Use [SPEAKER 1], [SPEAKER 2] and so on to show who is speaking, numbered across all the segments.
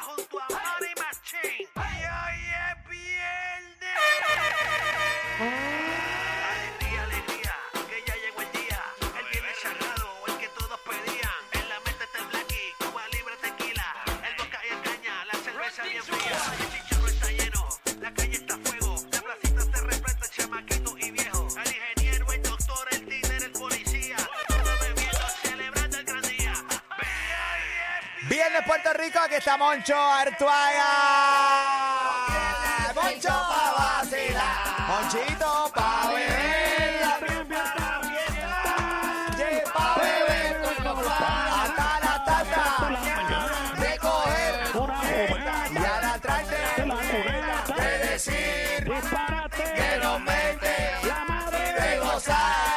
[SPEAKER 1] junto a Money Machine. Y hoy es viernes. Alegría, alegría, que ya llegó el día. El viernes charrado, el que todos pedían. En la mente está el blackie, Cuba libre tequila. El boca y el caña, la cerveza bien fría. El chicharro está lleno, la calle está a fuego. La placita se repleta, chamaquito y viejo. El ingeniero, el doctor, el tigre, el policía. Todos bebiendo, celebrando el gran día.
[SPEAKER 2] Viernes Puerto Rico, aquí está Moncho Artuaga. Moncho pa' vacilar. Monchito pa' beber. Yeah, pa' beber. Hasta la tata. De coger. Y a la traite. De decir. Que nos mente. De gozar.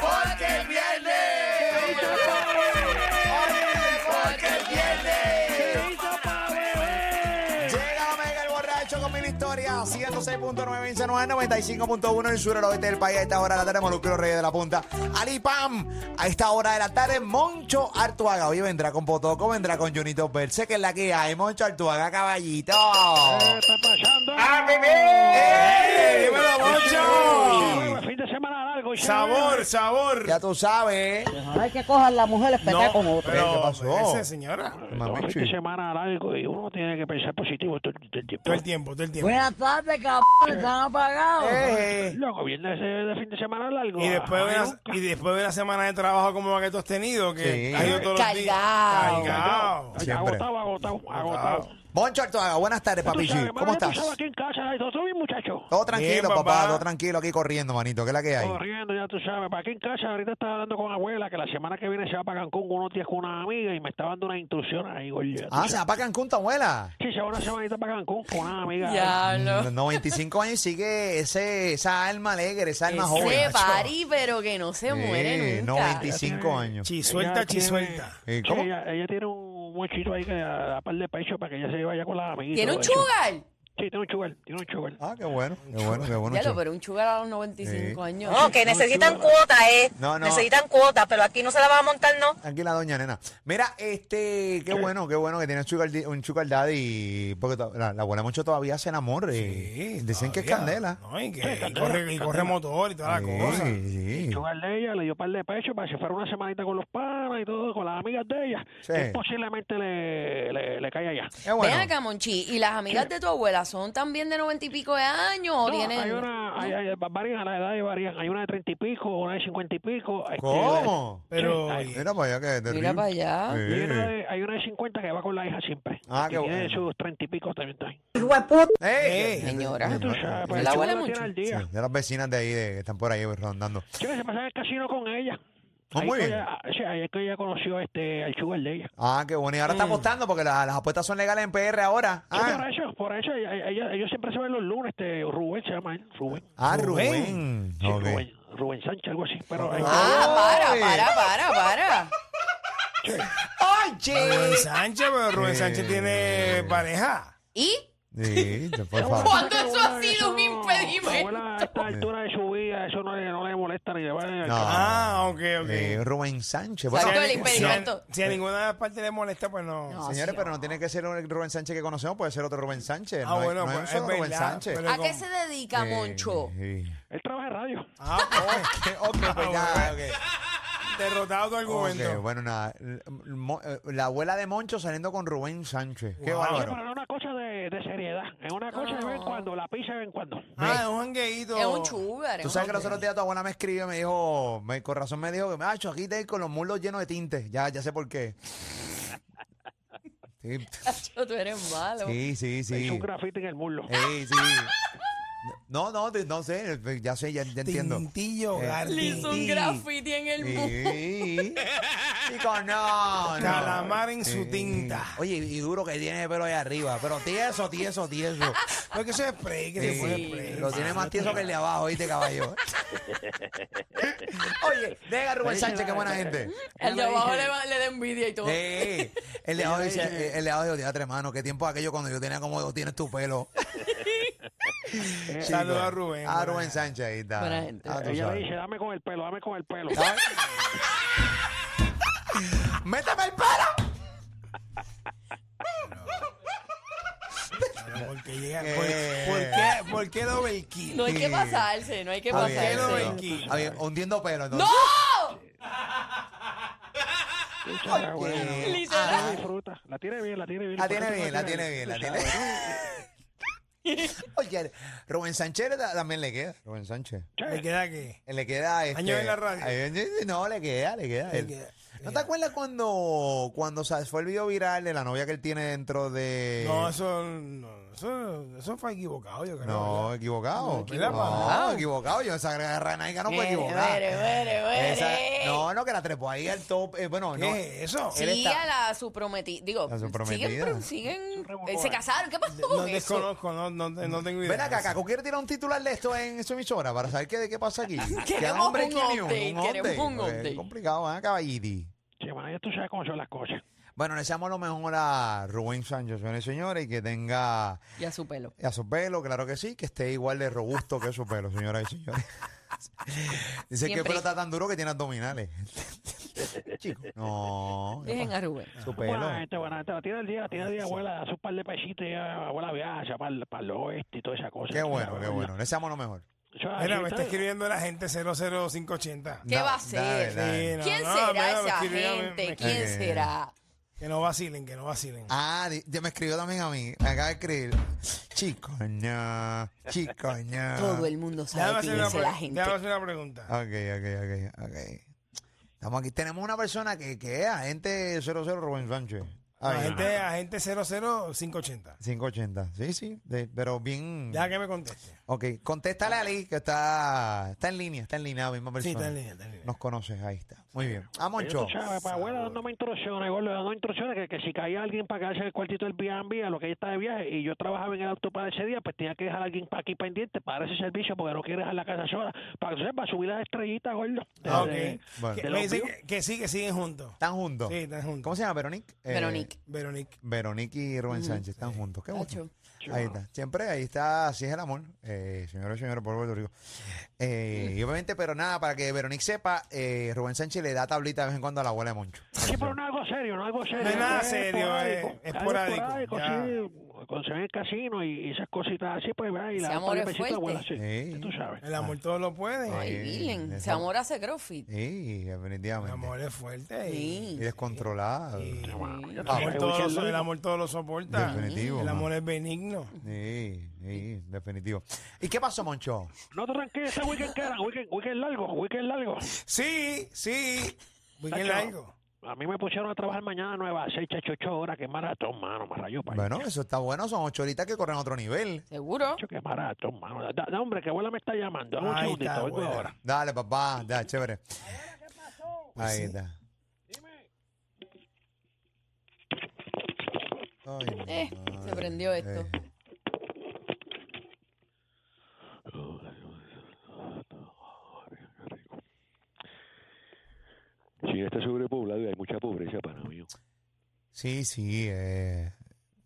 [SPEAKER 2] Porque el viernes. Oye, Porque el viernes. Llega Omega el borracho con mil historias. 106.9 Vincennes, 95.1 en el sur oeste del país. A esta hora de la tarde, Molusco Reyes de la Punta. Ali Pam. A esta hora de la tarde, Moncho Artuaga. Hoy vendrá con Potoco, vendrá con Junito Perse, que es la que hay. Moncho Artuaga, caballito.
[SPEAKER 3] ¿Qué está pasando?
[SPEAKER 2] ¡Ey! Eh, ¡Dímelo, Moncho!
[SPEAKER 3] Fin de semana largo. y se
[SPEAKER 4] Sabor, sabor.
[SPEAKER 2] Ya tú sabes.
[SPEAKER 5] No hay que cojan la mujer espetada
[SPEAKER 4] No,
[SPEAKER 5] con otra.
[SPEAKER 4] pero,
[SPEAKER 2] ¿Qué pasó?
[SPEAKER 4] ese, ah, señora.
[SPEAKER 3] ve-
[SPEAKER 2] Mami,
[SPEAKER 3] Fin de semana largo y uno tiene que pensar positivo todo el- todo el tiempo.
[SPEAKER 4] Todo el tiempo, todo el tiempo.
[SPEAKER 5] Buenas tardes, cabrón. Están apagados.
[SPEAKER 2] Eh,
[SPEAKER 3] Loco, viene ese de fin de semana largo.
[SPEAKER 4] Y después, de
[SPEAKER 3] Ay,
[SPEAKER 4] la,
[SPEAKER 3] nunca.
[SPEAKER 4] y después de la semana de trabajo como la que tú has tenido, que
[SPEAKER 2] Sí.
[SPEAKER 4] has ido todos los días.
[SPEAKER 5] Cargado.
[SPEAKER 4] Cargado.
[SPEAKER 3] Ay,
[SPEAKER 2] siempre.
[SPEAKER 3] Agotado, agotado, agotado.
[SPEAKER 2] Moncho Artuaga, buenas tardes,
[SPEAKER 3] Tú
[SPEAKER 2] papichi.
[SPEAKER 3] sabes,
[SPEAKER 2] ¿Cómo
[SPEAKER 3] mano, yo
[SPEAKER 2] estás?
[SPEAKER 3] estaba aquí en casa, ¿todo todo bien, muchacho?
[SPEAKER 2] Todo tranquilo,
[SPEAKER 4] Bien,
[SPEAKER 2] papá.
[SPEAKER 4] papá.
[SPEAKER 2] Todo tranquilo aquí corriendo, manito. ¿Qué es la que hay?
[SPEAKER 3] Corriendo, ya tú sabes. Para aquí en casa, ahorita estaba hablando con abuela que la semana que viene se va para Cancún unos días con una amiga y me estaba dando una instrucción ahí, güey. ya tú
[SPEAKER 2] Ah,
[SPEAKER 3] sabes.
[SPEAKER 2] se va para Cancún, tu abuela.
[SPEAKER 3] Sí, se va una semanita para Cancún con una amiga.
[SPEAKER 2] Mm, 95 años y sigue ese, esa alma alegre, esa alma joven.
[SPEAKER 6] Se
[SPEAKER 2] macho.
[SPEAKER 6] pari, pero que no se muere
[SPEAKER 2] Eh,
[SPEAKER 6] nunca.
[SPEAKER 2] 95 años.
[SPEAKER 4] Chisuelta,
[SPEAKER 3] Ella tiene-
[SPEAKER 4] chisuelta.
[SPEAKER 2] Eh,
[SPEAKER 3] Sí,
[SPEAKER 2] ¿Cómo?
[SPEAKER 3] ella, ella tiene un muchito ahí que da da par de pecho para que ella se vaya con la amiga.
[SPEAKER 6] ¿Tiene un chugar?
[SPEAKER 3] Sí, tiene un chugar, tiene un chugar.
[SPEAKER 2] Ah, qué bueno, qué bueno, qué bueno.
[SPEAKER 6] Ya lo,
[SPEAKER 2] chico.
[SPEAKER 6] pero un chugar a los 95
[SPEAKER 2] Sí.
[SPEAKER 6] años.
[SPEAKER 7] No, que necesitan cuota, eh.
[SPEAKER 2] No, no.
[SPEAKER 7] Necesitan cuota, pero aquí no se la va a montar, no.
[SPEAKER 2] Tranquila, doña nena. Mira, este, qué bueno, qué bueno que tiene un sugar, di- un sugar daddy. Porque to- la, la abuela Moncho todavía se enamora. eh. Dicen que es
[SPEAKER 4] todavía.
[SPEAKER 2] candela.
[SPEAKER 4] No, y que y corre, y corre motor y toda la
[SPEAKER 2] Sí,
[SPEAKER 4] cosa.
[SPEAKER 2] sí.
[SPEAKER 3] Chugar de ella, le dio par de pecho para que se fuera una semanita con los panas y todo, con las amigas de ella.
[SPEAKER 2] Sí.
[SPEAKER 3] Y posiblemente le, le, le caiga allá.
[SPEAKER 2] Qué
[SPEAKER 6] Ven
[SPEAKER 2] bueno.
[SPEAKER 6] acá, Monchi. ¿Y las amigas de tu abuela son también de 90 y pico de años? ¿O
[SPEAKER 3] No,
[SPEAKER 6] tienen.?
[SPEAKER 3] hay una, hay, hay- varían, las edades varían. Hay una de treinta y pico, una de cincuenta y pico. este,
[SPEAKER 2] ¿Cómo?
[SPEAKER 4] Pero,
[SPEAKER 3] Sí,
[SPEAKER 2] Mira para allá que terrible.
[SPEAKER 6] Mira para allá.
[SPEAKER 3] y hay una
[SPEAKER 2] Sí.
[SPEAKER 3] de- hay una de cincuenta que va con la hija siempre.
[SPEAKER 2] Ah,
[SPEAKER 3] Y
[SPEAKER 2] qué
[SPEAKER 3] tiene
[SPEAKER 2] bueno. Ah,
[SPEAKER 3] sus treinta y pico también. también.
[SPEAKER 2] ¡Ey!
[SPEAKER 6] Señora.
[SPEAKER 3] Tú sabes, pues,
[SPEAKER 6] la
[SPEAKER 3] el
[SPEAKER 6] huele
[SPEAKER 3] chugar
[SPEAKER 6] mucho.
[SPEAKER 3] tiene al día.
[SPEAKER 2] Sí, de las vecinas de ahí de- que están por ahí rondando.
[SPEAKER 3] Chica, se pasaba en el casino con ella.
[SPEAKER 2] Ah,
[SPEAKER 3] Ahí
[SPEAKER 2] muy
[SPEAKER 3] que
[SPEAKER 2] bien.
[SPEAKER 3] ella- sí, ahí es que ella conoció este, al sugar de ella.
[SPEAKER 2] Ah, qué bueno. Y ahora está
[SPEAKER 4] Mm.
[SPEAKER 2] apostando porque la- las apuestas son legales en PR ahora.
[SPEAKER 3] Sí, por
[SPEAKER 2] Ah,
[SPEAKER 3] eso, por eso, ella- ella- ellos siempre se ven los lunes, este Rubén se llama él, Rubén.
[SPEAKER 2] ah, Rubén.
[SPEAKER 3] Sí,
[SPEAKER 2] Ok.
[SPEAKER 3] Rubén, Rubén Sánchez, algo así, pero eh,
[SPEAKER 6] Ah,
[SPEAKER 2] Ay.
[SPEAKER 4] Oh.
[SPEAKER 6] para, para, para, para.
[SPEAKER 4] Rubén
[SPEAKER 2] ¡Oye!
[SPEAKER 4] Sánchez, pero Rubén
[SPEAKER 2] Eh.
[SPEAKER 4] Sánchez tiene pareja.
[SPEAKER 6] ¿Y?
[SPEAKER 2] Sí, por favor.
[SPEAKER 6] ¿Cuándo eso ha sido un impedimento?
[SPEAKER 3] abuela, a esta altura de su vida, eso no le, no le molesta ni le va a...
[SPEAKER 2] No.
[SPEAKER 4] Ah, ok, ok.
[SPEAKER 2] Eh, Rubén Sánchez.
[SPEAKER 6] Exacto,
[SPEAKER 2] Bueno,
[SPEAKER 6] el impedimento.
[SPEAKER 4] Si a ninguna de las partes le molesta, pues no.
[SPEAKER 2] señores, pero no tiene que ser un Rubén Sánchez que conocemos, puede ser otro Rubén Sánchez.
[SPEAKER 4] Ah,
[SPEAKER 2] no, hay-
[SPEAKER 4] bueno,
[SPEAKER 2] no hay un
[SPEAKER 4] pues,
[SPEAKER 2] solo
[SPEAKER 4] es
[SPEAKER 2] Rubén
[SPEAKER 4] verdad,
[SPEAKER 2] Sánchez.
[SPEAKER 4] pero
[SPEAKER 6] ¿A
[SPEAKER 4] con-
[SPEAKER 6] qué se dedica, Moncho?
[SPEAKER 2] Eh, sí.
[SPEAKER 3] Él trabaja en radio.
[SPEAKER 4] Ah, pues,
[SPEAKER 2] Ok, ok, pues ya, ok.
[SPEAKER 4] derrotado tu argumento.
[SPEAKER 2] Ok, bueno, nada. L- Mo- eh, La abuela de Moncho saliendo con Rubén Sánchez. Qué
[SPEAKER 4] Wow.
[SPEAKER 3] Sí,
[SPEAKER 2] bárbaro.
[SPEAKER 3] pero no es una cosa de, de seriedad, es una cosa de vez en cuando, la pizza de vez en cuando.
[SPEAKER 4] Ah, es un jangueíto.
[SPEAKER 6] Es un chugar.
[SPEAKER 2] Tú sabes que los otros días tu abuela me escribió y me dijo, me, con razón me dijo que me ha aquí te con los muslos llenos de tinte. Ya, ya sé por qué. Sí,
[SPEAKER 6] Tú eres malo.
[SPEAKER 2] sí, sí.
[SPEAKER 3] Es
[SPEAKER 2] Sí,
[SPEAKER 3] un grafite en el muslo.
[SPEAKER 2] Ey, sí. No, no, te- no sé, ya sé, ya, ya entiendo.
[SPEAKER 4] Tintillo,
[SPEAKER 2] Eh,
[SPEAKER 6] Le hizo un
[SPEAKER 4] Gardi.
[SPEAKER 6] graffiti en el muslo.
[SPEAKER 2] Sí. Chico, no, no.
[SPEAKER 4] Calamar en su
[SPEAKER 2] Sí.
[SPEAKER 4] tinta.
[SPEAKER 2] Oye, y duro que tiene el pelo ahí arriba, pero tieso, tieso, tieso.
[SPEAKER 4] Porque eso es spray, que se
[SPEAKER 2] Sí,
[SPEAKER 4] pone spray.
[SPEAKER 2] pues, Lo tiene más tieso que el de abajo, ¿viste, caballo? Oye, deja a Rubén Sánchez, qué buena gente.
[SPEAKER 6] El de abajo le, va- le da envidia y todo.
[SPEAKER 2] Sí, el de abajo dice, el de abajo dijo, "Diatre, hermano, qué tiempo aquello cuando yo tenía como dos, tienes tu pelo.
[SPEAKER 4] Eh,
[SPEAKER 2] pues.
[SPEAKER 4] Saludos a Rubén.
[SPEAKER 2] A Rubén Sánchez, ahí está.
[SPEAKER 6] Buena gente.
[SPEAKER 2] Ah, tú
[SPEAKER 3] Ella le
[SPEAKER 2] sabes.
[SPEAKER 3] dice, dame con el pelo, dame con el pelo.
[SPEAKER 2] ¡Méteme el pelo!
[SPEAKER 4] que llega.
[SPEAKER 2] Eh.
[SPEAKER 4] ¿Por, por qué, por qué double kill?
[SPEAKER 6] No hay que pasarse, no hay que
[SPEAKER 2] Está bien,
[SPEAKER 4] qué
[SPEAKER 2] está
[SPEAKER 4] double
[SPEAKER 2] bien.
[SPEAKER 6] pasarse.
[SPEAKER 4] kill?
[SPEAKER 2] Está bien, hundiendo pelo.
[SPEAKER 6] ¡No!
[SPEAKER 2] entonces.
[SPEAKER 3] Escucha,
[SPEAKER 2] Ok.
[SPEAKER 3] bueno.
[SPEAKER 6] Literal.
[SPEAKER 3] Ah, La disfruta. La tiene bien, la tiene bien.
[SPEAKER 2] La tiene
[SPEAKER 3] Parece que
[SPEAKER 2] bien, la tiene bien, la tiene Oye, Rubén Sánchez da- también le queda. Rubén Sánchez.
[SPEAKER 4] ¿Le queda qué?
[SPEAKER 2] Le queda este,
[SPEAKER 4] Años en la radio.
[SPEAKER 2] años- No, le queda, le queda.
[SPEAKER 4] Le
[SPEAKER 2] él.
[SPEAKER 4] queda,
[SPEAKER 2] ¿No
[SPEAKER 4] le
[SPEAKER 2] te
[SPEAKER 4] queda.
[SPEAKER 2] acuerdas cuando, cuando se fue el video viral de la novia que él tiene dentro de.
[SPEAKER 4] No, eso, no, eso, eso fue equivocado, yo creo.
[SPEAKER 2] No,
[SPEAKER 4] ¿verdad?
[SPEAKER 2] equivocado.
[SPEAKER 4] ¿Verdad,
[SPEAKER 2] No,
[SPEAKER 4] papá?
[SPEAKER 2] equivocado. Yo esa ranaica no fue
[SPEAKER 6] Vere,
[SPEAKER 2] equivocada.
[SPEAKER 6] vere, vere, vere.
[SPEAKER 2] Esa- no, no, que la trepó ahí al top. eh, bueno,
[SPEAKER 4] ¿Qué
[SPEAKER 2] no.
[SPEAKER 4] es eso?
[SPEAKER 2] él
[SPEAKER 6] Sí,
[SPEAKER 2] está-
[SPEAKER 6] a la su prometida. Digo,
[SPEAKER 2] A su
[SPEAKER 6] siguen,
[SPEAKER 2] prometida.
[SPEAKER 6] pro- siguen.
[SPEAKER 3] revolú
[SPEAKER 6] eh, se
[SPEAKER 3] ahí.
[SPEAKER 6] casaron. ¿Qué pasó
[SPEAKER 4] No
[SPEAKER 6] con eso?
[SPEAKER 4] desconozco, no, no, no tengo idea.
[SPEAKER 2] Ven acá, Caco, quiero tirar un titular de esto en su emisora para saber qué, de qué pasa aquí. Que hagan
[SPEAKER 6] Queremos un
[SPEAKER 2] breaking news,
[SPEAKER 6] update, queremos un
[SPEAKER 2] Porque
[SPEAKER 6] update.
[SPEAKER 2] Es complicado, ¿eh, caballiti?
[SPEAKER 3] Semana, ya tú sabes cómo son las cosas.
[SPEAKER 2] Bueno, le deseamos lo mejor a Rubén Sánchez, señores y señores, y que tenga
[SPEAKER 6] Ya su pelo.
[SPEAKER 2] a su pelo, claro que sí, que esté igual de robusto que su pelo, señoras y señores. Dice que el
[SPEAKER 6] Siempre.
[SPEAKER 2] pelo está tan duro que tiene abdominales. Chico, no. ¿qué
[SPEAKER 6] Dejen
[SPEAKER 2] pasa?
[SPEAKER 6] a Rubén.
[SPEAKER 2] Su pelo.
[SPEAKER 3] Buena gente, buena gente. La tiene el día, la tiene el día, abuela. Hace un par de pesitos y ya, abuela viaja para el, para el oeste y toda esa cosa.
[SPEAKER 2] Qué
[SPEAKER 3] tú
[SPEAKER 2] bueno,
[SPEAKER 3] sabes,
[SPEAKER 2] qué
[SPEAKER 3] ¿verdad?
[SPEAKER 2] bueno. Le deseamos lo mejor.
[SPEAKER 3] Eso es así,
[SPEAKER 4] Mira, me
[SPEAKER 3] ¿sabes?
[SPEAKER 4] está escribiendo la gente 00580.
[SPEAKER 6] ¿Qué
[SPEAKER 2] Da-
[SPEAKER 6] va a ser?
[SPEAKER 2] dale, dale.
[SPEAKER 4] Sí, no,
[SPEAKER 6] ¿Quién
[SPEAKER 4] no,
[SPEAKER 6] será
[SPEAKER 4] mira, me
[SPEAKER 6] esa
[SPEAKER 4] escribió, me-
[SPEAKER 6] gente?
[SPEAKER 4] me-
[SPEAKER 6] ¿Quién
[SPEAKER 2] Eh.
[SPEAKER 6] será?
[SPEAKER 4] Que no vacilen, que no vacilen.
[SPEAKER 2] Ah, di- ya me escribió también a mí. Me acaba de escribir. Chico, no. Chico, no.
[SPEAKER 6] Todo el mundo sabe quién es
[SPEAKER 4] pre-
[SPEAKER 6] la gente.
[SPEAKER 4] déjame hacer una pregunta.
[SPEAKER 2] Ok, ok, ok, ok. Estamos aquí. Tenemos una persona que, que es agente 00 Rubén Sánchez. Ay,
[SPEAKER 4] Agente, agente 00580.
[SPEAKER 2] 580. Sí, sí. de- pero bien.
[SPEAKER 4] Ya que me conteste.
[SPEAKER 2] Ok, contéstale a Ali, que está, está en línea, está en línea la misma persona.
[SPEAKER 4] está en línea, está en línea.
[SPEAKER 2] Nos conoces, ahí está. Muy bien. A
[SPEAKER 3] Ya tú
[SPEAKER 2] Moncho.
[SPEAKER 3] sabes, para abuela pues, dándome instrucciones, gordo, dándome instrucciones que, que si caía alguien para quedarse en el cuartito del Airbnb a lo que ella está de viaje y yo trabajaba en el auto para ese día, pues tenía que dejar a alguien para aquí pendiente para ese servicio porque no quiere dejar la casa sola. Para, tú sabes, para subir las estrellitas, gordo.
[SPEAKER 4] Ah, ok.
[SPEAKER 3] Eh,
[SPEAKER 2] Bueno.
[SPEAKER 4] Que-
[SPEAKER 3] de
[SPEAKER 4] me
[SPEAKER 3] los
[SPEAKER 4] dicen
[SPEAKER 3] vivos.
[SPEAKER 4] que, que sí, que siguen juntos.
[SPEAKER 2] Están juntos.
[SPEAKER 4] Sí, están juntos.
[SPEAKER 2] ¿Cómo se llama? Veronique. Eh,
[SPEAKER 6] Veronique.
[SPEAKER 4] Veronique.
[SPEAKER 2] Veronique y Rubén Sánchez están juntos. Qué
[SPEAKER 6] Tacho.
[SPEAKER 2] bueno. Ahí está. Siempre ahí está, así es el amor, eh, señores y señores, por Puerto Rico. Eh, y obviamente, pero nada, para que Veronique sepa, eh, Rubén Sánchez le da tablita de vez en cuando a la abuela de Moncho.
[SPEAKER 3] Sí, pero no es algo serio, no es algo serio.
[SPEAKER 4] No es nada
[SPEAKER 3] es
[SPEAKER 4] serio,
[SPEAKER 3] esporádico,
[SPEAKER 4] eh, esporádico,
[SPEAKER 3] algo esporádico, sí, Cuando se ve el casino y, y esas cositas así, pues, ¿verdad? Y
[SPEAKER 6] Ese
[SPEAKER 3] la
[SPEAKER 6] amor
[SPEAKER 3] la
[SPEAKER 6] es
[SPEAKER 3] besito,
[SPEAKER 6] fuerte.
[SPEAKER 3] abuela, sí.
[SPEAKER 2] Sí.
[SPEAKER 3] Tú sabes.
[SPEAKER 4] El
[SPEAKER 2] Ah.
[SPEAKER 4] amor todos lo pueden.
[SPEAKER 6] Ay,
[SPEAKER 2] Eh,
[SPEAKER 6] Vilen,
[SPEAKER 2] esa-
[SPEAKER 6] ese amor hace CrossFit.
[SPEAKER 2] Sí,
[SPEAKER 4] El
[SPEAKER 2] definitivamente.
[SPEAKER 4] amor es fuerte. Eh, y-
[SPEAKER 2] Y
[SPEAKER 6] Sí.
[SPEAKER 2] descontrolada.
[SPEAKER 3] Ya tú
[SPEAKER 4] El, amor
[SPEAKER 3] sabes,
[SPEAKER 4] todo lo,
[SPEAKER 3] Wichel
[SPEAKER 4] so- el
[SPEAKER 3] Lima.
[SPEAKER 4] amor todo lo soporta.
[SPEAKER 2] Definitivo,
[SPEAKER 4] El
[SPEAKER 2] ma.
[SPEAKER 4] amor es benigno.
[SPEAKER 2] Sí, sí, definitivo. ¿Y qué pasó, Moncho?
[SPEAKER 3] No te tranquiles, este weekend que era, weekend, weekend largo, weekend largo.
[SPEAKER 4] Sí, sí. Muy
[SPEAKER 3] Tacho,
[SPEAKER 4] bien largo.
[SPEAKER 3] A mí me pusieron a trabajar mañana nueva, 6, 8 horas, qué maratón, mano, me rayó para
[SPEAKER 2] Bueno, eso está bueno, son ocho horitas que corren a otro nivel.
[SPEAKER 6] ¿Seguro?
[SPEAKER 3] Qué maratón, mano. Da, da, hombre, que abuela me está llamando. Dame un
[SPEAKER 4] Ahí
[SPEAKER 3] segundito,
[SPEAKER 4] está,
[SPEAKER 3] vengo
[SPEAKER 4] abuela.
[SPEAKER 3] ahora.
[SPEAKER 2] Dale, papá,
[SPEAKER 6] Pues
[SPEAKER 2] da, chévere. Ahí está. Ay, mi
[SPEAKER 6] Eh, se prendió esto.
[SPEAKER 2] Eh.
[SPEAKER 8] Sí, este está sobrepoblado y hay mucha pobreza para mí.
[SPEAKER 2] Sí, sí. eh,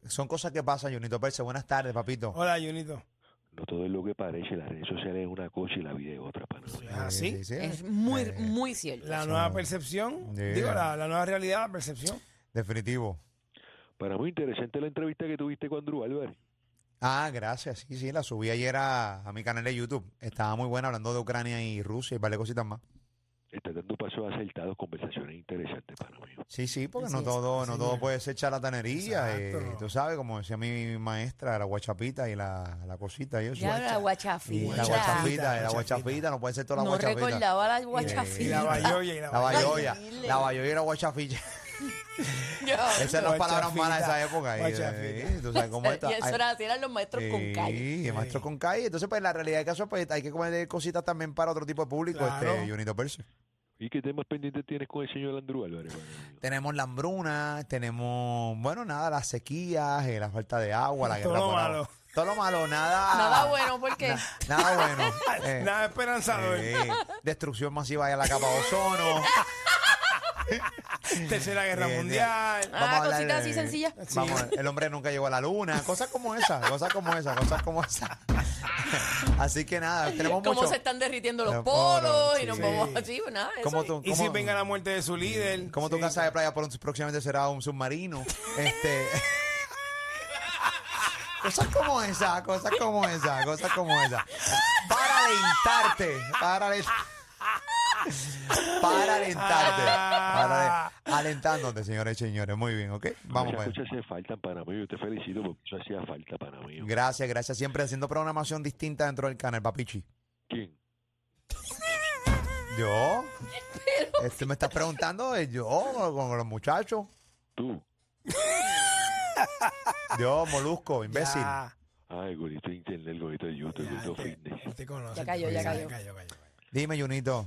[SPEAKER 2] Son cosas que pasan, Junito Perse. Buenas tardes, papito.
[SPEAKER 4] Hola, Junito.
[SPEAKER 8] No todo es lo que parece, las redes sociales es una cosa y la vida es otra para mí.
[SPEAKER 4] ¿Es así?
[SPEAKER 2] Sí, sí,
[SPEAKER 6] Es muy,
[SPEAKER 2] eh,
[SPEAKER 6] muy cierto.
[SPEAKER 4] Ah, La nueva percepción.
[SPEAKER 2] Yeah.
[SPEAKER 4] Digo, la, la nueva realidad, la percepción.
[SPEAKER 2] Definitivo.
[SPEAKER 8] Para mí interesante la entrevista que tuviste con Drew Álvarez.
[SPEAKER 2] Ah, gracias. Sí, sí, la subí ayer a, a mi canal de YouTube. Estaba muy buena hablando de Ucrania y Rusia y varias cositas más.
[SPEAKER 8] Está dando pasos acertados, conversaciones interesantes para mí.
[SPEAKER 2] Sí, sí, porque no
[SPEAKER 4] Así es,
[SPEAKER 2] todo,
[SPEAKER 4] así
[SPEAKER 2] no
[SPEAKER 4] es.
[SPEAKER 2] todo puede ser charlatanería. eh,
[SPEAKER 4] Exacto.
[SPEAKER 2] tú sabes, como decía mi maestra, la guachapita y la, la cosita y eso.
[SPEAKER 6] ya la
[SPEAKER 2] Y
[SPEAKER 6] guachafita.
[SPEAKER 2] la guachafita, la
[SPEAKER 4] Guachafita.
[SPEAKER 2] guachafita, no puede ser toda la
[SPEAKER 6] No
[SPEAKER 2] guachafita.
[SPEAKER 6] recordaba la
[SPEAKER 4] Y la
[SPEAKER 6] guachafita.
[SPEAKER 4] bayoya y la
[SPEAKER 2] La bayoya,
[SPEAKER 6] Dile.
[SPEAKER 2] la bayoya y la guachafilla.
[SPEAKER 6] Ya.
[SPEAKER 2] Esas son las palabras malas de esa época. Y,
[SPEAKER 4] Guachafita.
[SPEAKER 2] eh, tú sabes cómo está.
[SPEAKER 6] Y eso era así, eran los maestros con calle.
[SPEAKER 2] Sí, el maestro con calle. Entonces, pues la realidad del caso, pues hay que comer cositas también para otro tipo de público,
[SPEAKER 4] Claro.
[SPEAKER 2] este Junito Perse.
[SPEAKER 8] ¿Y qué temas pendientes tienes con el señor Andrew Álvarez? pana mío?
[SPEAKER 2] Tenemos la hambruna, tenemos, bueno, nada, las sequías, eh, la falta de agua, la
[SPEAKER 4] Todo
[SPEAKER 2] guerra
[SPEAKER 4] lo
[SPEAKER 2] por
[SPEAKER 4] malo.
[SPEAKER 2] agua. Todo lo malo, nada.
[SPEAKER 6] Nada bueno, porque
[SPEAKER 2] Ah, na- nada bueno. eh.
[SPEAKER 4] Nada esperanzador.
[SPEAKER 2] Eh, destrucción masiva de la capa de ozono.
[SPEAKER 4] Tercera guerra
[SPEAKER 2] Eh, de-
[SPEAKER 4] mundial.
[SPEAKER 6] Ah, cositas así sencillas.
[SPEAKER 2] Vamos, a- el hombre nunca llegó a la luna. Cosas como esas, cosas como esas, cosas como esas. Así que nada, tenemos
[SPEAKER 6] cómo
[SPEAKER 2] mucho.
[SPEAKER 6] se están derritiendo los
[SPEAKER 2] Los
[SPEAKER 6] polos,
[SPEAKER 2] polos,
[SPEAKER 6] y nos
[SPEAKER 2] sí.
[SPEAKER 6] vamos así, pues nada. Eso
[SPEAKER 2] ¿Cómo
[SPEAKER 6] es-
[SPEAKER 2] tú-
[SPEAKER 4] Y si
[SPEAKER 2] cómo-
[SPEAKER 4] venga la muerte de su líder.
[SPEAKER 2] Como tu
[SPEAKER 4] Sí.
[SPEAKER 2] casa de playa pronto- próximamente será un submarino. Este. Cosas como esa, cosas como esa, cosas como esa. Para alentarte, para alent- Para alentarte. Para ale- alentándote, señores y señores. Muy bien, ¿ok? Vamos
[SPEAKER 8] Esas
[SPEAKER 2] pues.
[SPEAKER 8] cosas hacían falta para mí. Yo te felicito porque eso hacía falta para mí.
[SPEAKER 2] Gracias, gracias. Siempre haciendo programación distinta dentro del canal, papichi.
[SPEAKER 8] ¿Quién?
[SPEAKER 2] ¿Yo? Este, ¿Me estás preguntando? eh, ¿Yo? ¿Con los muchachos?
[SPEAKER 8] Tú.
[SPEAKER 2] Yo, molusco, imbécil.
[SPEAKER 4] Ya.
[SPEAKER 8] Ay, el gorito de internet, el gorito de YouTube, el gorito fitness.
[SPEAKER 4] Te conoces,
[SPEAKER 6] Ya cayó,
[SPEAKER 4] te
[SPEAKER 6] ya
[SPEAKER 4] conoces. cayó,
[SPEAKER 6] cayó.
[SPEAKER 4] cayó.
[SPEAKER 2] Dime, Junito.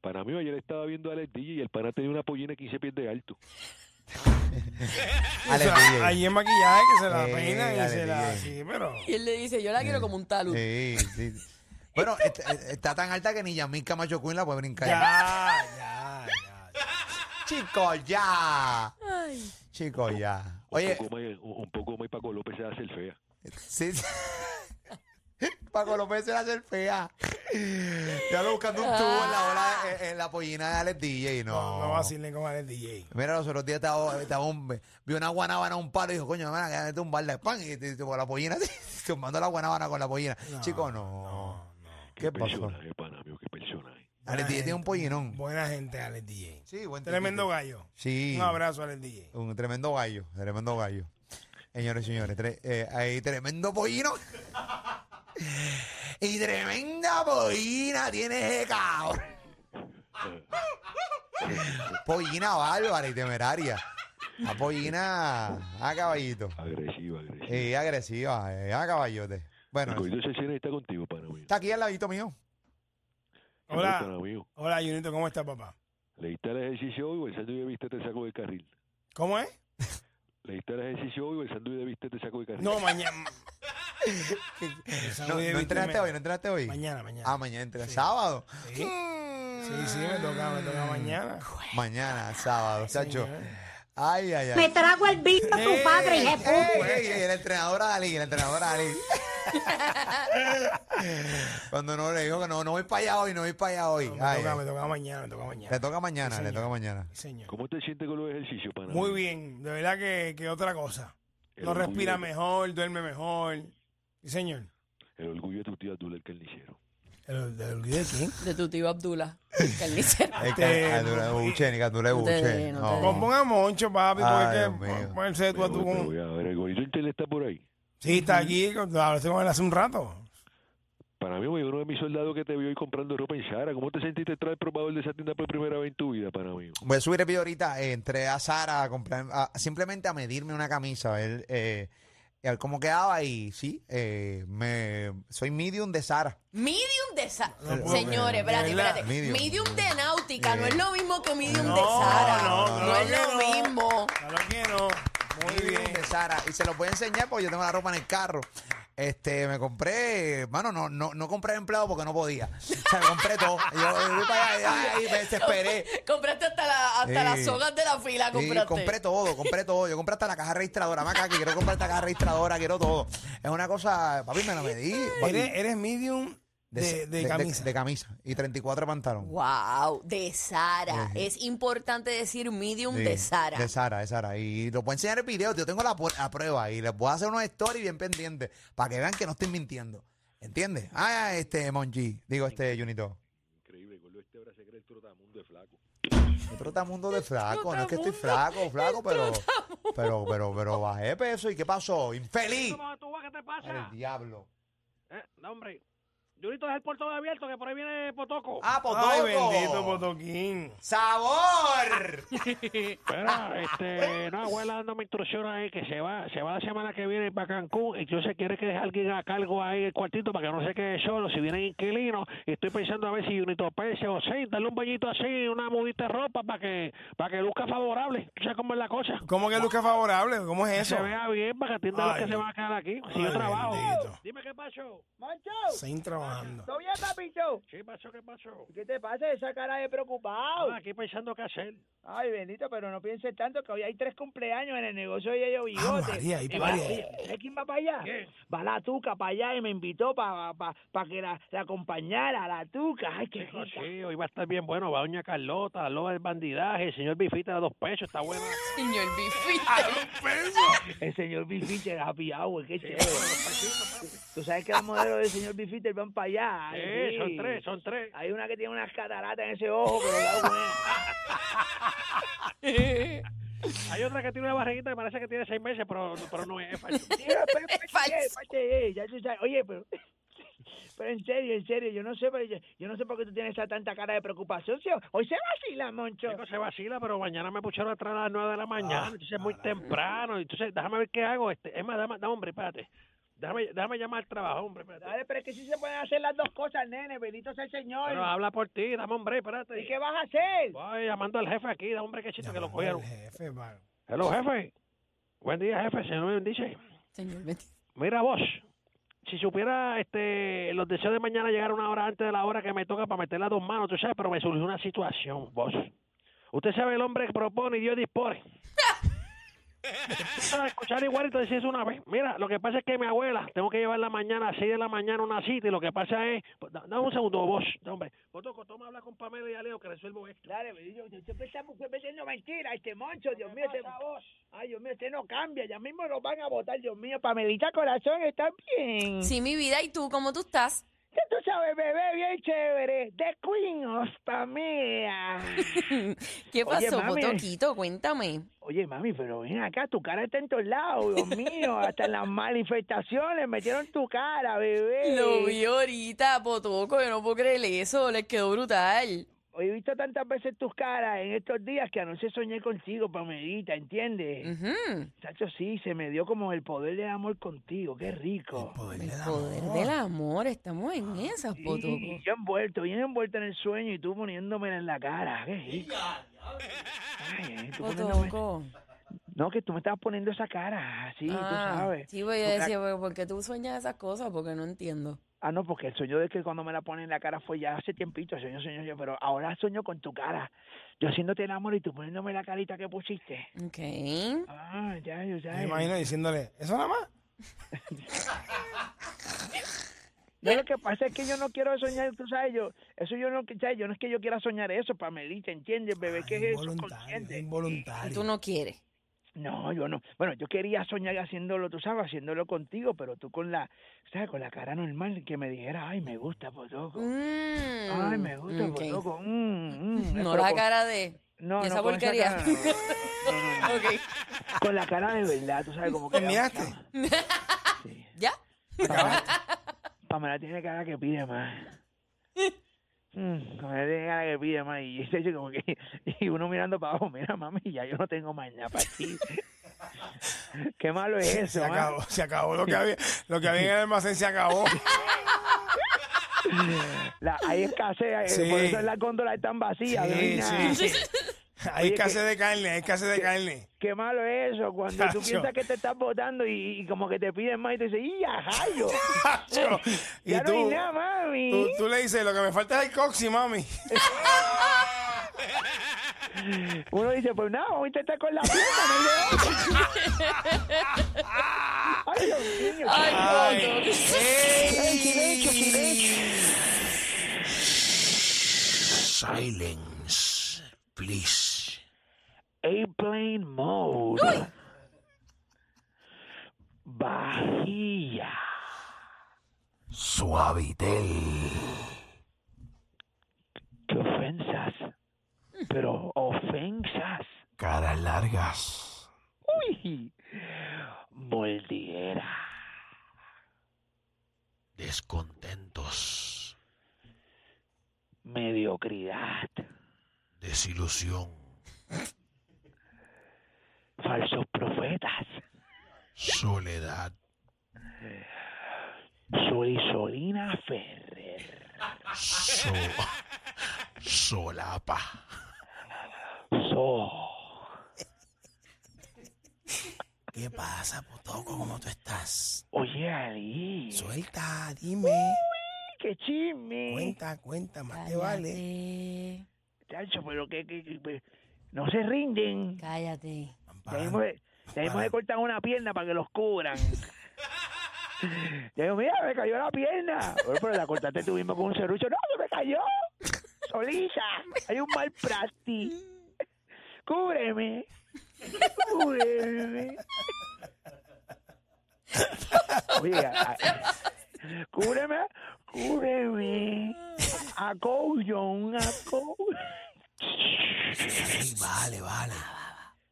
[SPEAKER 8] Para mí, ayer estaba viendo a Alex DJ y el pana tenía una pollina de 15 pies de alto.
[SPEAKER 2] Ale,
[SPEAKER 4] Eso,
[SPEAKER 2] DJ.
[SPEAKER 4] ahí en maquillaje que se la
[SPEAKER 2] Eh,
[SPEAKER 4] peina y
[SPEAKER 2] dale,
[SPEAKER 4] se la...
[SPEAKER 2] DJ.
[SPEAKER 4] Sí, pero...
[SPEAKER 6] Y él le dice, yo la quiero como un talud.
[SPEAKER 2] Sí, sí. Bueno, est- est- está tan alta que ni Yamil Camacho Queen la puede brincar.
[SPEAKER 4] Ya, ya, ya.
[SPEAKER 2] Chicos, ya. Chicos, ya.
[SPEAKER 8] Un
[SPEAKER 2] Oye,
[SPEAKER 8] poco más, un un poco más y Paco López se hace el fea.
[SPEAKER 2] sí. sí. Paco López se la hace el fea. Ya lo buscando un tubo en la, hora, en, en la pollina de Alex DJ. No,
[SPEAKER 4] No, no vacilen con el DJ.
[SPEAKER 2] Mira, los otros días estaba, estaba un, vi una guanábana a un palo y dijo, coño, me van a un bar de pan y te- te- con la pollina, tumbando la guanábana con la pollina. Chicos, no. ¿Qué pasó?
[SPEAKER 8] personaje, pana mío, qué personaje.
[SPEAKER 2] Alex DJ tiene un pollinón.
[SPEAKER 4] Buena gente, Alex DJ.
[SPEAKER 2] Sí, buen
[SPEAKER 4] Tremendo
[SPEAKER 2] tipito.
[SPEAKER 4] gallo.
[SPEAKER 2] Sí.
[SPEAKER 4] Un abrazo, Alex DJ.
[SPEAKER 2] Un tremendo gallo, tremendo gallo. Señores y señores, tre- eh, hay tremendo pollino. y tremenda pollina tiene ese cabrón. pollina bárbara y temeraria. La pollina a caballito.
[SPEAKER 8] Agresivo, agresivo.
[SPEAKER 2] Y agresiva, eh, a caballote.
[SPEAKER 8] el
[SPEAKER 2] Bueno,
[SPEAKER 8] gorito se cena está contigo, pana mío.
[SPEAKER 2] está aquí al ladito mío.
[SPEAKER 4] Hola.
[SPEAKER 8] Pana mío.
[SPEAKER 4] Hola, Junito, ¿cómo estás, papá?
[SPEAKER 8] Leíste el ejercicio hoy o el sándwich de viste te saco del carril.
[SPEAKER 4] ¿Cómo es?
[SPEAKER 8] Leíste el ejercicio hoy o el sándwich de viste te saco del carril.
[SPEAKER 4] No, mañana.
[SPEAKER 2] No, no entrenaste hoy, no entrenaste hoy.
[SPEAKER 4] Mañana, mañana.
[SPEAKER 2] Ah, mañana entre sábado.
[SPEAKER 4] Sí. Sí, sí, me toca, me toca mañana.
[SPEAKER 2] Mañana, sábado, chacho.
[SPEAKER 4] señor.
[SPEAKER 2] Ay, ay, ay.
[SPEAKER 9] Me trago el vino a tu padre, hija de puta.
[SPEAKER 4] Pues,
[SPEAKER 2] Ey, ey, el entrenador Ali, el entrenador Ali. Cuando no le dijo que no, no voy para allá hoy, no voy para allá hoy.
[SPEAKER 4] Me
[SPEAKER 2] Ay,
[SPEAKER 4] toca,
[SPEAKER 2] ay.
[SPEAKER 4] me toca mañana, me toca mañana.
[SPEAKER 2] Le toca mañana, le
[SPEAKER 4] señor.
[SPEAKER 2] toca mañana.
[SPEAKER 4] Sí, señor.
[SPEAKER 8] ¿Cómo te sientes con los ejercicios, pana
[SPEAKER 4] Muy
[SPEAKER 8] mío?
[SPEAKER 4] bien, de verdad que, que otra cosa.
[SPEAKER 8] El
[SPEAKER 4] No
[SPEAKER 8] orgullo
[SPEAKER 4] respira
[SPEAKER 8] de-
[SPEAKER 4] mejor, duerme mejor. Sí, señor.
[SPEAKER 8] El orgullo de tu tío Abdul, el carnicero.
[SPEAKER 4] ¿El, el de quién?
[SPEAKER 6] De tu tío Abdullah, el carnicero.
[SPEAKER 2] Es
[SPEAKER 4] Ah, Te-
[SPEAKER 2] que a tú le buche, ni que a tú le
[SPEAKER 6] No te-
[SPEAKER 2] buche.
[SPEAKER 6] no
[SPEAKER 2] No.
[SPEAKER 6] te-
[SPEAKER 4] Compón a Moncho, papi,
[SPEAKER 2] Ay,
[SPEAKER 4] porque
[SPEAKER 2] Dios
[SPEAKER 4] pon-
[SPEAKER 2] mío.
[SPEAKER 4] ponerse tú a
[SPEAKER 8] Me
[SPEAKER 4] tú
[SPEAKER 8] voy, me
[SPEAKER 4] con...
[SPEAKER 8] voy a ver, el gorito de internet está por ahí.
[SPEAKER 4] Sí, está aquí, con- hablaste con él hace un rato.
[SPEAKER 8] Para mí, güey, uno de mis soldados que te vio hoy comprando ropa en Sara. ¿Cómo te sentiste tras el probador de esa tienda por primera vez en tu vida, para mí?
[SPEAKER 2] Voy a subir el video ahorita. eh, entré a Sara a comprar, a- simplemente a medirme una camisa, a ver, eh, a ver cómo quedaba. Y sí, eh, me, soy medium de Sara.
[SPEAKER 6] Medium de Sara.
[SPEAKER 4] No puedo
[SPEAKER 6] Señores,
[SPEAKER 4] creer.
[SPEAKER 6] espérate,
[SPEAKER 4] De verdad.
[SPEAKER 6] espérate.
[SPEAKER 2] Medium.
[SPEAKER 6] Medium, de náutica no es lo mismo que medium de
[SPEAKER 4] No,
[SPEAKER 6] Sara.
[SPEAKER 4] no,
[SPEAKER 6] No,
[SPEAKER 4] no,
[SPEAKER 6] es
[SPEAKER 4] no,
[SPEAKER 6] lo
[SPEAKER 4] no.
[SPEAKER 6] mismo.
[SPEAKER 4] Claro que no. Muy
[SPEAKER 2] Medium
[SPEAKER 4] bien.
[SPEAKER 2] de Sara. Y se los voy a enseñar porque yo tengo la ropa en el carro. Este, me compré, mano, no, no, no compré empleado porque no podía. O sea, me compré todo. Yo, yo fui para allá y me desesperé.
[SPEAKER 6] Compraste hasta, la, hasta
[SPEAKER 2] Sí.
[SPEAKER 6] las sogas de la fila.
[SPEAKER 2] Sí,
[SPEAKER 6] Compraste.
[SPEAKER 2] compré todo, compré todo. Yo compré hasta la caja registradora. Más que quiero comprar esta caja registradora, quiero todo. Es una cosa, papi, me la medí. papi.
[SPEAKER 4] Eres, eres medium de, de, camisa.
[SPEAKER 2] de camisa. Y 34 pantalón.
[SPEAKER 6] Wow, de Sara. Es importante decir medium
[SPEAKER 2] Sí,
[SPEAKER 6] de Sara.
[SPEAKER 2] De Sara, de Sara. Y los voy a enseñar el video. Yo tengo la, pu- la prueba y les voy a hacer unos stories bien pendientes para que vean que no estoy mintiendo. ¿Entiendes? Ah, este, Monji. Digo, este, Junito.
[SPEAKER 8] Increíble, gordo este ahora se cree el trotamundo de flaco.
[SPEAKER 2] Me trota mundo de flaco. No es que estoy flaco, flaco, pero, pero, pero, pero bajé peso. ¿Y qué pasó? ¡Infeliz!
[SPEAKER 3] ¿Cómo tú, ¿Qué te
[SPEAKER 2] Al
[SPEAKER 3] pasa?
[SPEAKER 2] diablo.
[SPEAKER 3] Eh, no, hombre. Junito, deja el puerto de abierto, que por ahí viene Potoco.
[SPEAKER 2] ¡Ah, Potoco!
[SPEAKER 4] Ay, bendito Potoquín.
[SPEAKER 2] ¡Sabor!
[SPEAKER 3] Espera, este, no, abuela dándome instrucciones ahí que se va, se va la semana que viene para Cancún. Entonces quiere que deje alguien a cargo ahí en el cuartito para que no se quede solo. Si vienen inquilinos, y estoy pensando a ver si Junito Pérez o seis, darle un bañito así, una mudita de ropa para que, para que luzca favorable. ¿Tú sabes cómo es la cosa?
[SPEAKER 4] ¿Cómo que luzca favorable? ¿Cómo es
[SPEAKER 3] Se
[SPEAKER 4] eso?
[SPEAKER 3] vea bien para que atienda a los
[SPEAKER 4] Ay.
[SPEAKER 3] que se van a quedar aquí. Si
[SPEAKER 4] Ay,
[SPEAKER 3] yo trabajo.
[SPEAKER 4] bendito.
[SPEAKER 3] Dime qué pasó.
[SPEAKER 4] Seguir trabajando.
[SPEAKER 10] Oye, papito,
[SPEAKER 3] ¿Qué pasó? ¿Qué pasó?
[SPEAKER 10] ¿qué te pasa esa cara de preocupado?
[SPEAKER 3] Ah, aquí pensando qué hacer.
[SPEAKER 10] Ay, bendito, pero no pienses tanto que hoy hay tres cumpleaños en el negocio de ellos
[SPEAKER 4] Ah,
[SPEAKER 10] bigote.
[SPEAKER 4] María, hay
[SPEAKER 10] Y va-
[SPEAKER 4] varias.
[SPEAKER 10] ¿Sabes quién va para allá? Va la tuca para allá y me invitó para que la, la acompañara, la tuca. Ay, qué
[SPEAKER 3] Chicos,
[SPEAKER 10] rica.
[SPEAKER 3] sí, hoy va a estar bien bueno. Va Doña Carlota, lo del bandidaje, el señor Bifita de dos pesos, está bueno.
[SPEAKER 6] Señor Bifita.
[SPEAKER 4] ¡A dos pesos!
[SPEAKER 10] El señor Bill Fisher, happy hour, qué chévere. Tú sabes que los modelos del señor Bill Fisher van para allá. ay,
[SPEAKER 3] Eh,
[SPEAKER 10] sí.
[SPEAKER 3] son tres, son tres.
[SPEAKER 10] Hay una que tiene unas cataratas en ese ojo, pero la hago
[SPEAKER 3] Hay otra que tiene una barriguita que parece que tiene seis meses, pero, pero no es. es falso.
[SPEAKER 10] es falso. Ya tú sabes, oye, pero... Pero en serio, en serio, yo no sé, pero yo, yo no sé por qué tú tienes esa tanta cara de preocupación. ¿sí? Hoy se vacila, Moncho.
[SPEAKER 3] Chico, se vacila, pero mañana me pusieron atrás a las nueve de la
[SPEAKER 10] Ah,
[SPEAKER 3] mañana, entonces es muy temprano. Entonces, déjame ver qué hago. Este, es más, dame, no, hombre, espérate. Déjame, déjame llamar al trabajo, hombre, espérate.
[SPEAKER 10] Dale, pero es que sí se pueden hacer las dos cosas, nene. Bendito sea el Señor.
[SPEAKER 3] Pero habla por ti, dame, hombre,
[SPEAKER 10] ¿Y
[SPEAKER 3] espérate.
[SPEAKER 10] qué vas a hacer?
[SPEAKER 3] Voy llamando al jefe aquí, dame, hombre, qué chiste que lo cogieron.
[SPEAKER 4] El jefe, mano.
[SPEAKER 3] Hello, jefe. Buen día, jefe, señor me bendice.
[SPEAKER 6] Señor, vete.
[SPEAKER 3] Mira vos, si supiera este, los deseos de mañana llegar una hora antes de la hora que me toca para meter las dos manos, tú sabes, pero me surgió una situación, vos. Usted sabe el hombre que propone y Dios dispone. Eso de escuchar igual te decía eso una vez. Mira, lo que pasa es que mi abuela, tengo que llevarla mañana a 6 de la mañana a una cita y lo que pasa es... da- Dame un segundo, vos, hombre. Botoco, toma habla con Pamela y Aleo que resuelvo esto.
[SPEAKER 10] Dale, me dijo, yo siempre estamos metiendo mentiras, este moncho, Dios mío, este Ay, Dios mío, este no cambia, ya mismo nos van a votar, Dios mío, Pamelita Corazón está bien.
[SPEAKER 6] Sí, mi vida, ¿y tú cómo tú estás?
[SPEAKER 10] Ya tú sabes, bebé, bien chévere, de Queen of Pamela. Oye,
[SPEAKER 6] ¿Qué pasó,
[SPEAKER 10] mami.
[SPEAKER 6] Botoquito? Cuéntame.
[SPEAKER 10] Oye, mami, pero ven acá, tu cara está en todos lados, Dios mío, hasta en las manifestaciones metieron tu cara, bebé.
[SPEAKER 6] Lo vi ahorita, Botoco, yo no puedo creer eso, les quedó brutal.
[SPEAKER 10] Hoy he visto tantas veces tus caras en estos días que anoche soñé contigo, Pamelita, ¿entiendes?
[SPEAKER 6] Ujú.
[SPEAKER 10] Chacho, sí, se me dio como el poder del amor contigo, qué rico.
[SPEAKER 6] El poder del amor, estamos en esas,
[SPEAKER 10] Ah, Sí,
[SPEAKER 6] Botoco.
[SPEAKER 10] yo envuelto, bien envuelto en el sueño y tú poniéndomela en la cara. Qué rico. Ay, eh, tú poniéndome-
[SPEAKER 6] Botoco.
[SPEAKER 10] No, que tú me estabas poniendo esa cara, así, tú
[SPEAKER 6] Ah,
[SPEAKER 10] sabes.
[SPEAKER 6] sí, pues yo decía, pero ¿por qué tú sueñas esas cosas? Porque no entiendo.
[SPEAKER 10] Ah, no, porque el sueño de que cuando me la ponen en la cara fue ya hace tiempito, sueño, sueño, sueño, pero ahora sueño con tu cara. Yo haciéndote el amor y tú poniéndome la carita que pusiste.
[SPEAKER 6] Ok.
[SPEAKER 10] Ah, ya, yo ya.
[SPEAKER 4] Me imagino diciéndole, ¿eso nada más?
[SPEAKER 10] No, lo que pasa es que yo no quiero soñar, tú sabes, yo, eso yo no, ¿sabes? yo no es que yo quiera soñar eso, Pamelita, ¿entiendes, bebé? ¿Qué es eso?
[SPEAKER 4] Involuntario,
[SPEAKER 10] Consciente.
[SPEAKER 6] Y
[SPEAKER 4] involuntario.
[SPEAKER 6] tú no quieres.
[SPEAKER 10] No, yo no. Bueno, yo quería soñar haciéndolo, tú sabes, haciéndolo contigo, pero tú con la, ¿sabes? Con la cara normal que me dijera, ay, me gusta, Potoco. Ay, me gusta,
[SPEAKER 6] Mm,
[SPEAKER 10] pues,
[SPEAKER 6] Ok.
[SPEAKER 10] Potoco. Mm, mm".
[SPEAKER 6] No
[SPEAKER 10] Pero
[SPEAKER 6] la
[SPEAKER 10] con-
[SPEAKER 6] cara de...
[SPEAKER 10] No,
[SPEAKER 6] de esa
[SPEAKER 10] no, con
[SPEAKER 6] porquería.
[SPEAKER 10] cara, no. No, no, no.
[SPEAKER 6] Ok.
[SPEAKER 10] Con la cara de verdad, tú sabes, como que...
[SPEAKER 4] ¿Te miraste?
[SPEAKER 6] ¿Ya?
[SPEAKER 10] Pamela, Pamela tiene cara que pide más. Mm, Pamela tiene cara que pide más. Y, de hecho, como que, y uno mirando para abajo, mira, mami, ya yo no tengo más nada para ti. Qué malo es eso,
[SPEAKER 4] Se
[SPEAKER 10] mami.
[SPEAKER 4] acabó, se acabó lo que había, lo que había en el almacén se acabó.
[SPEAKER 10] La, hay escasez, eh,
[SPEAKER 4] Sí.
[SPEAKER 10] por eso las góndolas están vacías. no hay
[SPEAKER 4] Sí,
[SPEAKER 10] nada.
[SPEAKER 4] sí. Hay
[SPEAKER 10] Oye,
[SPEAKER 4] escasez de carne, hay escasez de carne.
[SPEAKER 10] Qué malo es eso, cuando
[SPEAKER 4] Chacho.
[SPEAKER 10] tú piensas que te estás votando y, y como que te piden más y te dicen, ¡y a rayo!
[SPEAKER 4] Chacho,
[SPEAKER 10] Ya
[SPEAKER 4] y
[SPEAKER 10] no hay
[SPEAKER 4] tú,
[SPEAKER 10] nada, mami.
[SPEAKER 4] tú, tú le dices, lo que me falta es el coxi, mami.
[SPEAKER 10] Uno dice, pues nada, vamos a intentar con la plata, no hay de otra. Ay, Dios mío.
[SPEAKER 4] Ay,
[SPEAKER 10] Ay, silencio,
[SPEAKER 4] ey.
[SPEAKER 10] silencio.
[SPEAKER 1] Silence, please.
[SPEAKER 10] Airplane mode. Vajilla.
[SPEAKER 1] Suavitel.
[SPEAKER 10] Qué ofensas. Pero ofensas.
[SPEAKER 1] Caras largas.
[SPEAKER 10] Uy. Moldiera.
[SPEAKER 1] Descontentos.
[SPEAKER 10] Mediocridad.
[SPEAKER 1] Desilusión.
[SPEAKER 10] Falsos profetas.
[SPEAKER 1] Soledad.
[SPEAKER 10] Solisolina Ferrer.
[SPEAKER 1] So solapa.
[SPEAKER 10] So.
[SPEAKER 2] ¿Qué pasa, Potoco? ¿Cómo tú estás?
[SPEAKER 10] Oye, Ali.
[SPEAKER 2] Suelta, dime.
[SPEAKER 10] ¡Qué chisme!
[SPEAKER 2] Cuenta, cuenta, más te vale.
[SPEAKER 6] Cállate.
[SPEAKER 10] Chacho, pero que, que- que- pero no se rinden.
[SPEAKER 6] Cállate.
[SPEAKER 4] Ah,
[SPEAKER 10] Tenemos que cortar una pierna para que los cubran. Yo digo, mira, me cayó la pierna. Oye, pero la cortaste tú mismo con un serrucho. No, se me cayó. Solita, hay un mal práctico. Cúbreme. Cúbreme.
[SPEAKER 3] Oye, a- a- cúbreme, cúbreme. A John, a go.
[SPEAKER 4] Ey, vale, vale.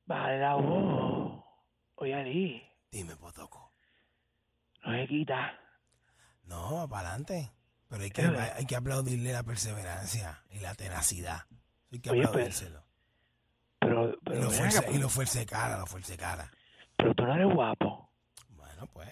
[SPEAKER 3] Baja la voz. Oye, Ali,
[SPEAKER 4] Dime, Potoco.
[SPEAKER 3] no se quita.
[SPEAKER 4] No, para adelante. Pero hay que,
[SPEAKER 3] Pero-
[SPEAKER 4] hay que aplaudirle la perseverancia y la tenacidad. Hay que
[SPEAKER 3] Oye, pero-
[SPEAKER 4] aplaudírselo.
[SPEAKER 3] Pero,
[SPEAKER 4] Y
[SPEAKER 3] pero,
[SPEAKER 4] lo,
[SPEAKER 3] ven
[SPEAKER 4] fuerza,
[SPEAKER 3] acá, pues.
[SPEAKER 4] y lo fuerza de cara, lo fuerza de cara.
[SPEAKER 3] pero tú no eres guapo.
[SPEAKER 4] Bueno, pues.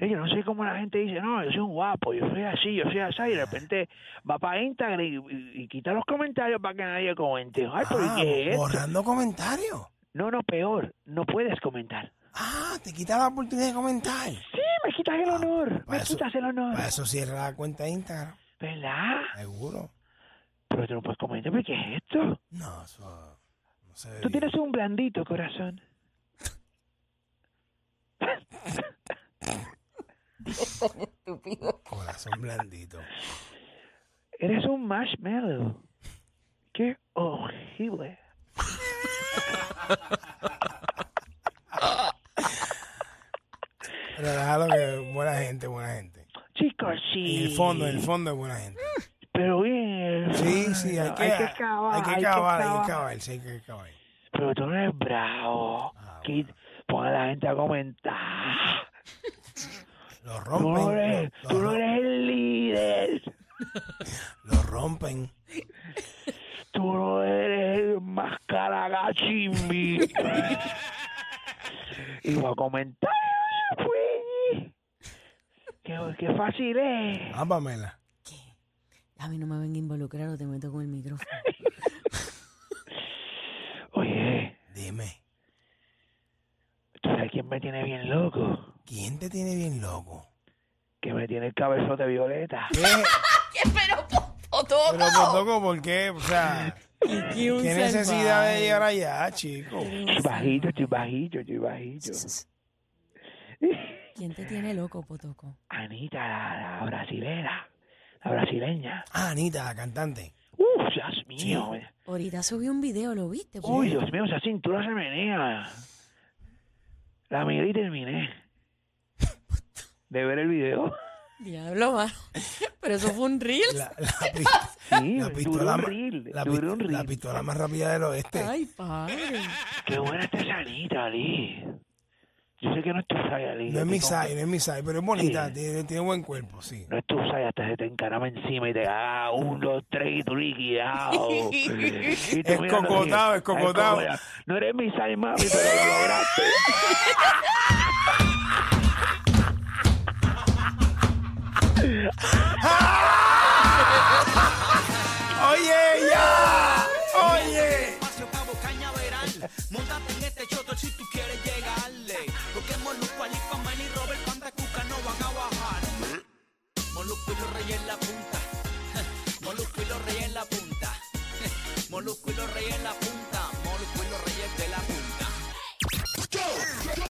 [SPEAKER 3] Eh, Yo no sé cómo la gente dice, no, yo soy un guapo, yo soy así, yo soy así, y de repente va para Instagram y, y- y quita los comentarios para que nadie comente. Ay, pero ¿y
[SPEAKER 4] Ah,
[SPEAKER 3] qué es? esto?
[SPEAKER 4] borrando comentarios.
[SPEAKER 3] No, no, peor, no puedes comentar.
[SPEAKER 4] Ah, te quita la oportunidad de comentar. Ah,
[SPEAKER 3] Sí, me quitas el honor,
[SPEAKER 4] para
[SPEAKER 3] me
[SPEAKER 4] eso-
[SPEAKER 3] quitas el honor.
[SPEAKER 4] Para eso cierra la cuenta de Instagram.
[SPEAKER 3] ¿Verdad?
[SPEAKER 4] Seguro.
[SPEAKER 3] Pero tú no puedes comentar, ¿pero qué es esto?
[SPEAKER 4] No, eso no se ve
[SPEAKER 3] Tú
[SPEAKER 4] bien.
[SPEAKER 3] tienes un blandito corazón.
[SPEAKER 6] Estúpido.
[SPEAKER 4] corazón blandito.
[SPEAKER 3] Eres un marshmallow. Qué horrible.
[SPEAKER 4] Pero déjalo que buena gente, buena gente.
[SPEAKER 3] Chicos, sí.
[SPEAKER 4] En el fondo, en el fondo es buena gente.
[SPEAKER 3] Pero bien.
[SPEAKER 4] Sí, sí, hay que,
[SPEAKER 3] Hay que cavar,
[SPEAKER 4] Hay que cavar, hay que cavar, sí, hay que cavar. Ah,
[SPEAKER 3] Pero tú no eres bravo. Que Ponga a la gente a comentar.
[SPEAKER 4] Lo
[SPEAKER 3] Tú
[SPEAKER 4] rompen.
[SPEAKER 3] no
[SPEAKER 4] lo-
[SPEAKER 3] eres,
[SPEAKER 4] lo,
[SPEAKER 3] tú no eres el líder.
[SPEAKER 4] lo rompen.
[SPEAKER 3] Tú no eres el más caragachimbi. y voy a comentar. pues. Qué, qué fácil es.
[SPEAKER 4] Ah, Pamela.
[SPEAKER 6] A mí no me venga a involucrar o te meto con el micrófono.
[SPEAKER 3] Oye,
[SPEAKER 4] Dime,
[SPEAKER 3] ¿tú sabes quién me tiene bien loco?
[SPEAKER 4] ¿quién te tiene bien loco?
[SPEAKER 3] Que me tiene el cabezote violeta.
[SPEAKER 4] ¿Qué?
[SPEAKER 11] ¿Qué? Pero, Potoco.
[SPEAKER 4] Pero por loco, ¿por qué? O sea,
[SPEAKER 11] Qué un
[SPEAKER 4] ¿qué necesidad de
[SPEAKER 11] salvaje.
[SPEAKER 4] llegar allá, chico?
[SPEAKER 3] Estoy bajito, estoy bajito, estoy bajito.
[SPEAKER 6] ¿Quién te tiene loco, Potoco?
[SPEAKER 3] Anita, la, la brasilera. La brasileña.
[SPEAKER 4] Ah, Anita, la cantante.
[SPEAKER 3] Uf, Dios mío.
[SPEAKER 6] Ahorita subí un video, ¿lo viste?
[SPEAKER 3] Uy, Dios mío, esa cintura se menea. La miré y terminé. De ver el video.
[SPEAKER 11] Diablo, mano. Pero eso fue un reel.
[SPEAKER 4] La, la pi-
[SPEAKER 3] Sí,
[SPEAKER 4] la
[SPEAKER 3] duró
[SPEAKER 4] pistola,
[SPEAKER 3] un
[SPEAKER 4] ma-
[SPEAKER 3] reel.
[SPEAKER 4] la
[SPEAKER 3] duró un
[SPEAKER 4] pist- la
[SPEAKER 3] reel.
[SPEAKER 4] pistola más rápida del oeste.
[SPEAKER 11] Ay, padre.
[SPEAKER 3] Qué buena está esa Anita, Ali. Yo sé que no es tu saya, Ali.
[SPEAKER 4] No es
[SPEAKER 3] Yo
[SPEAKER 4] mi
[SPEAKER 3] te
[SPEAKER 4] size, no es mi size, pero es bonita,
[SPEAKER 3] Sí.
[SPEAKER 4] tiene, tiene buen cuerpo, sí.
[SPEAKER 3] No es tu saya, hasta se te encarama encima y te ah, un, dos, tres y tú liquidado. Y tú
[SPEAKER 4] Es
[SPEAKER 3] mirando así,
[SPEAKER 4] cocotado, es
[SPEAKER 3] ay, como
[SPEAKER 4] cocotado.
[SPEAKER 3] ya, No eres mi saya, mami, pero lo lograste. Ah.
[SPEAKER 4] ¡Oye, ya! ¡Oye!
[SPEAKER 12] espacio pa' buscar cañaveral. Móntate en este choto si tú quieres llegarle. Porque Molusco, Alipa, Man y Robert Panda Cuca no van a bajar. Molusco y los reyes en la punta. Molusco y los reyes en la punta. Molusco y los reyes en la punta. Molusco y los reyes de la punta.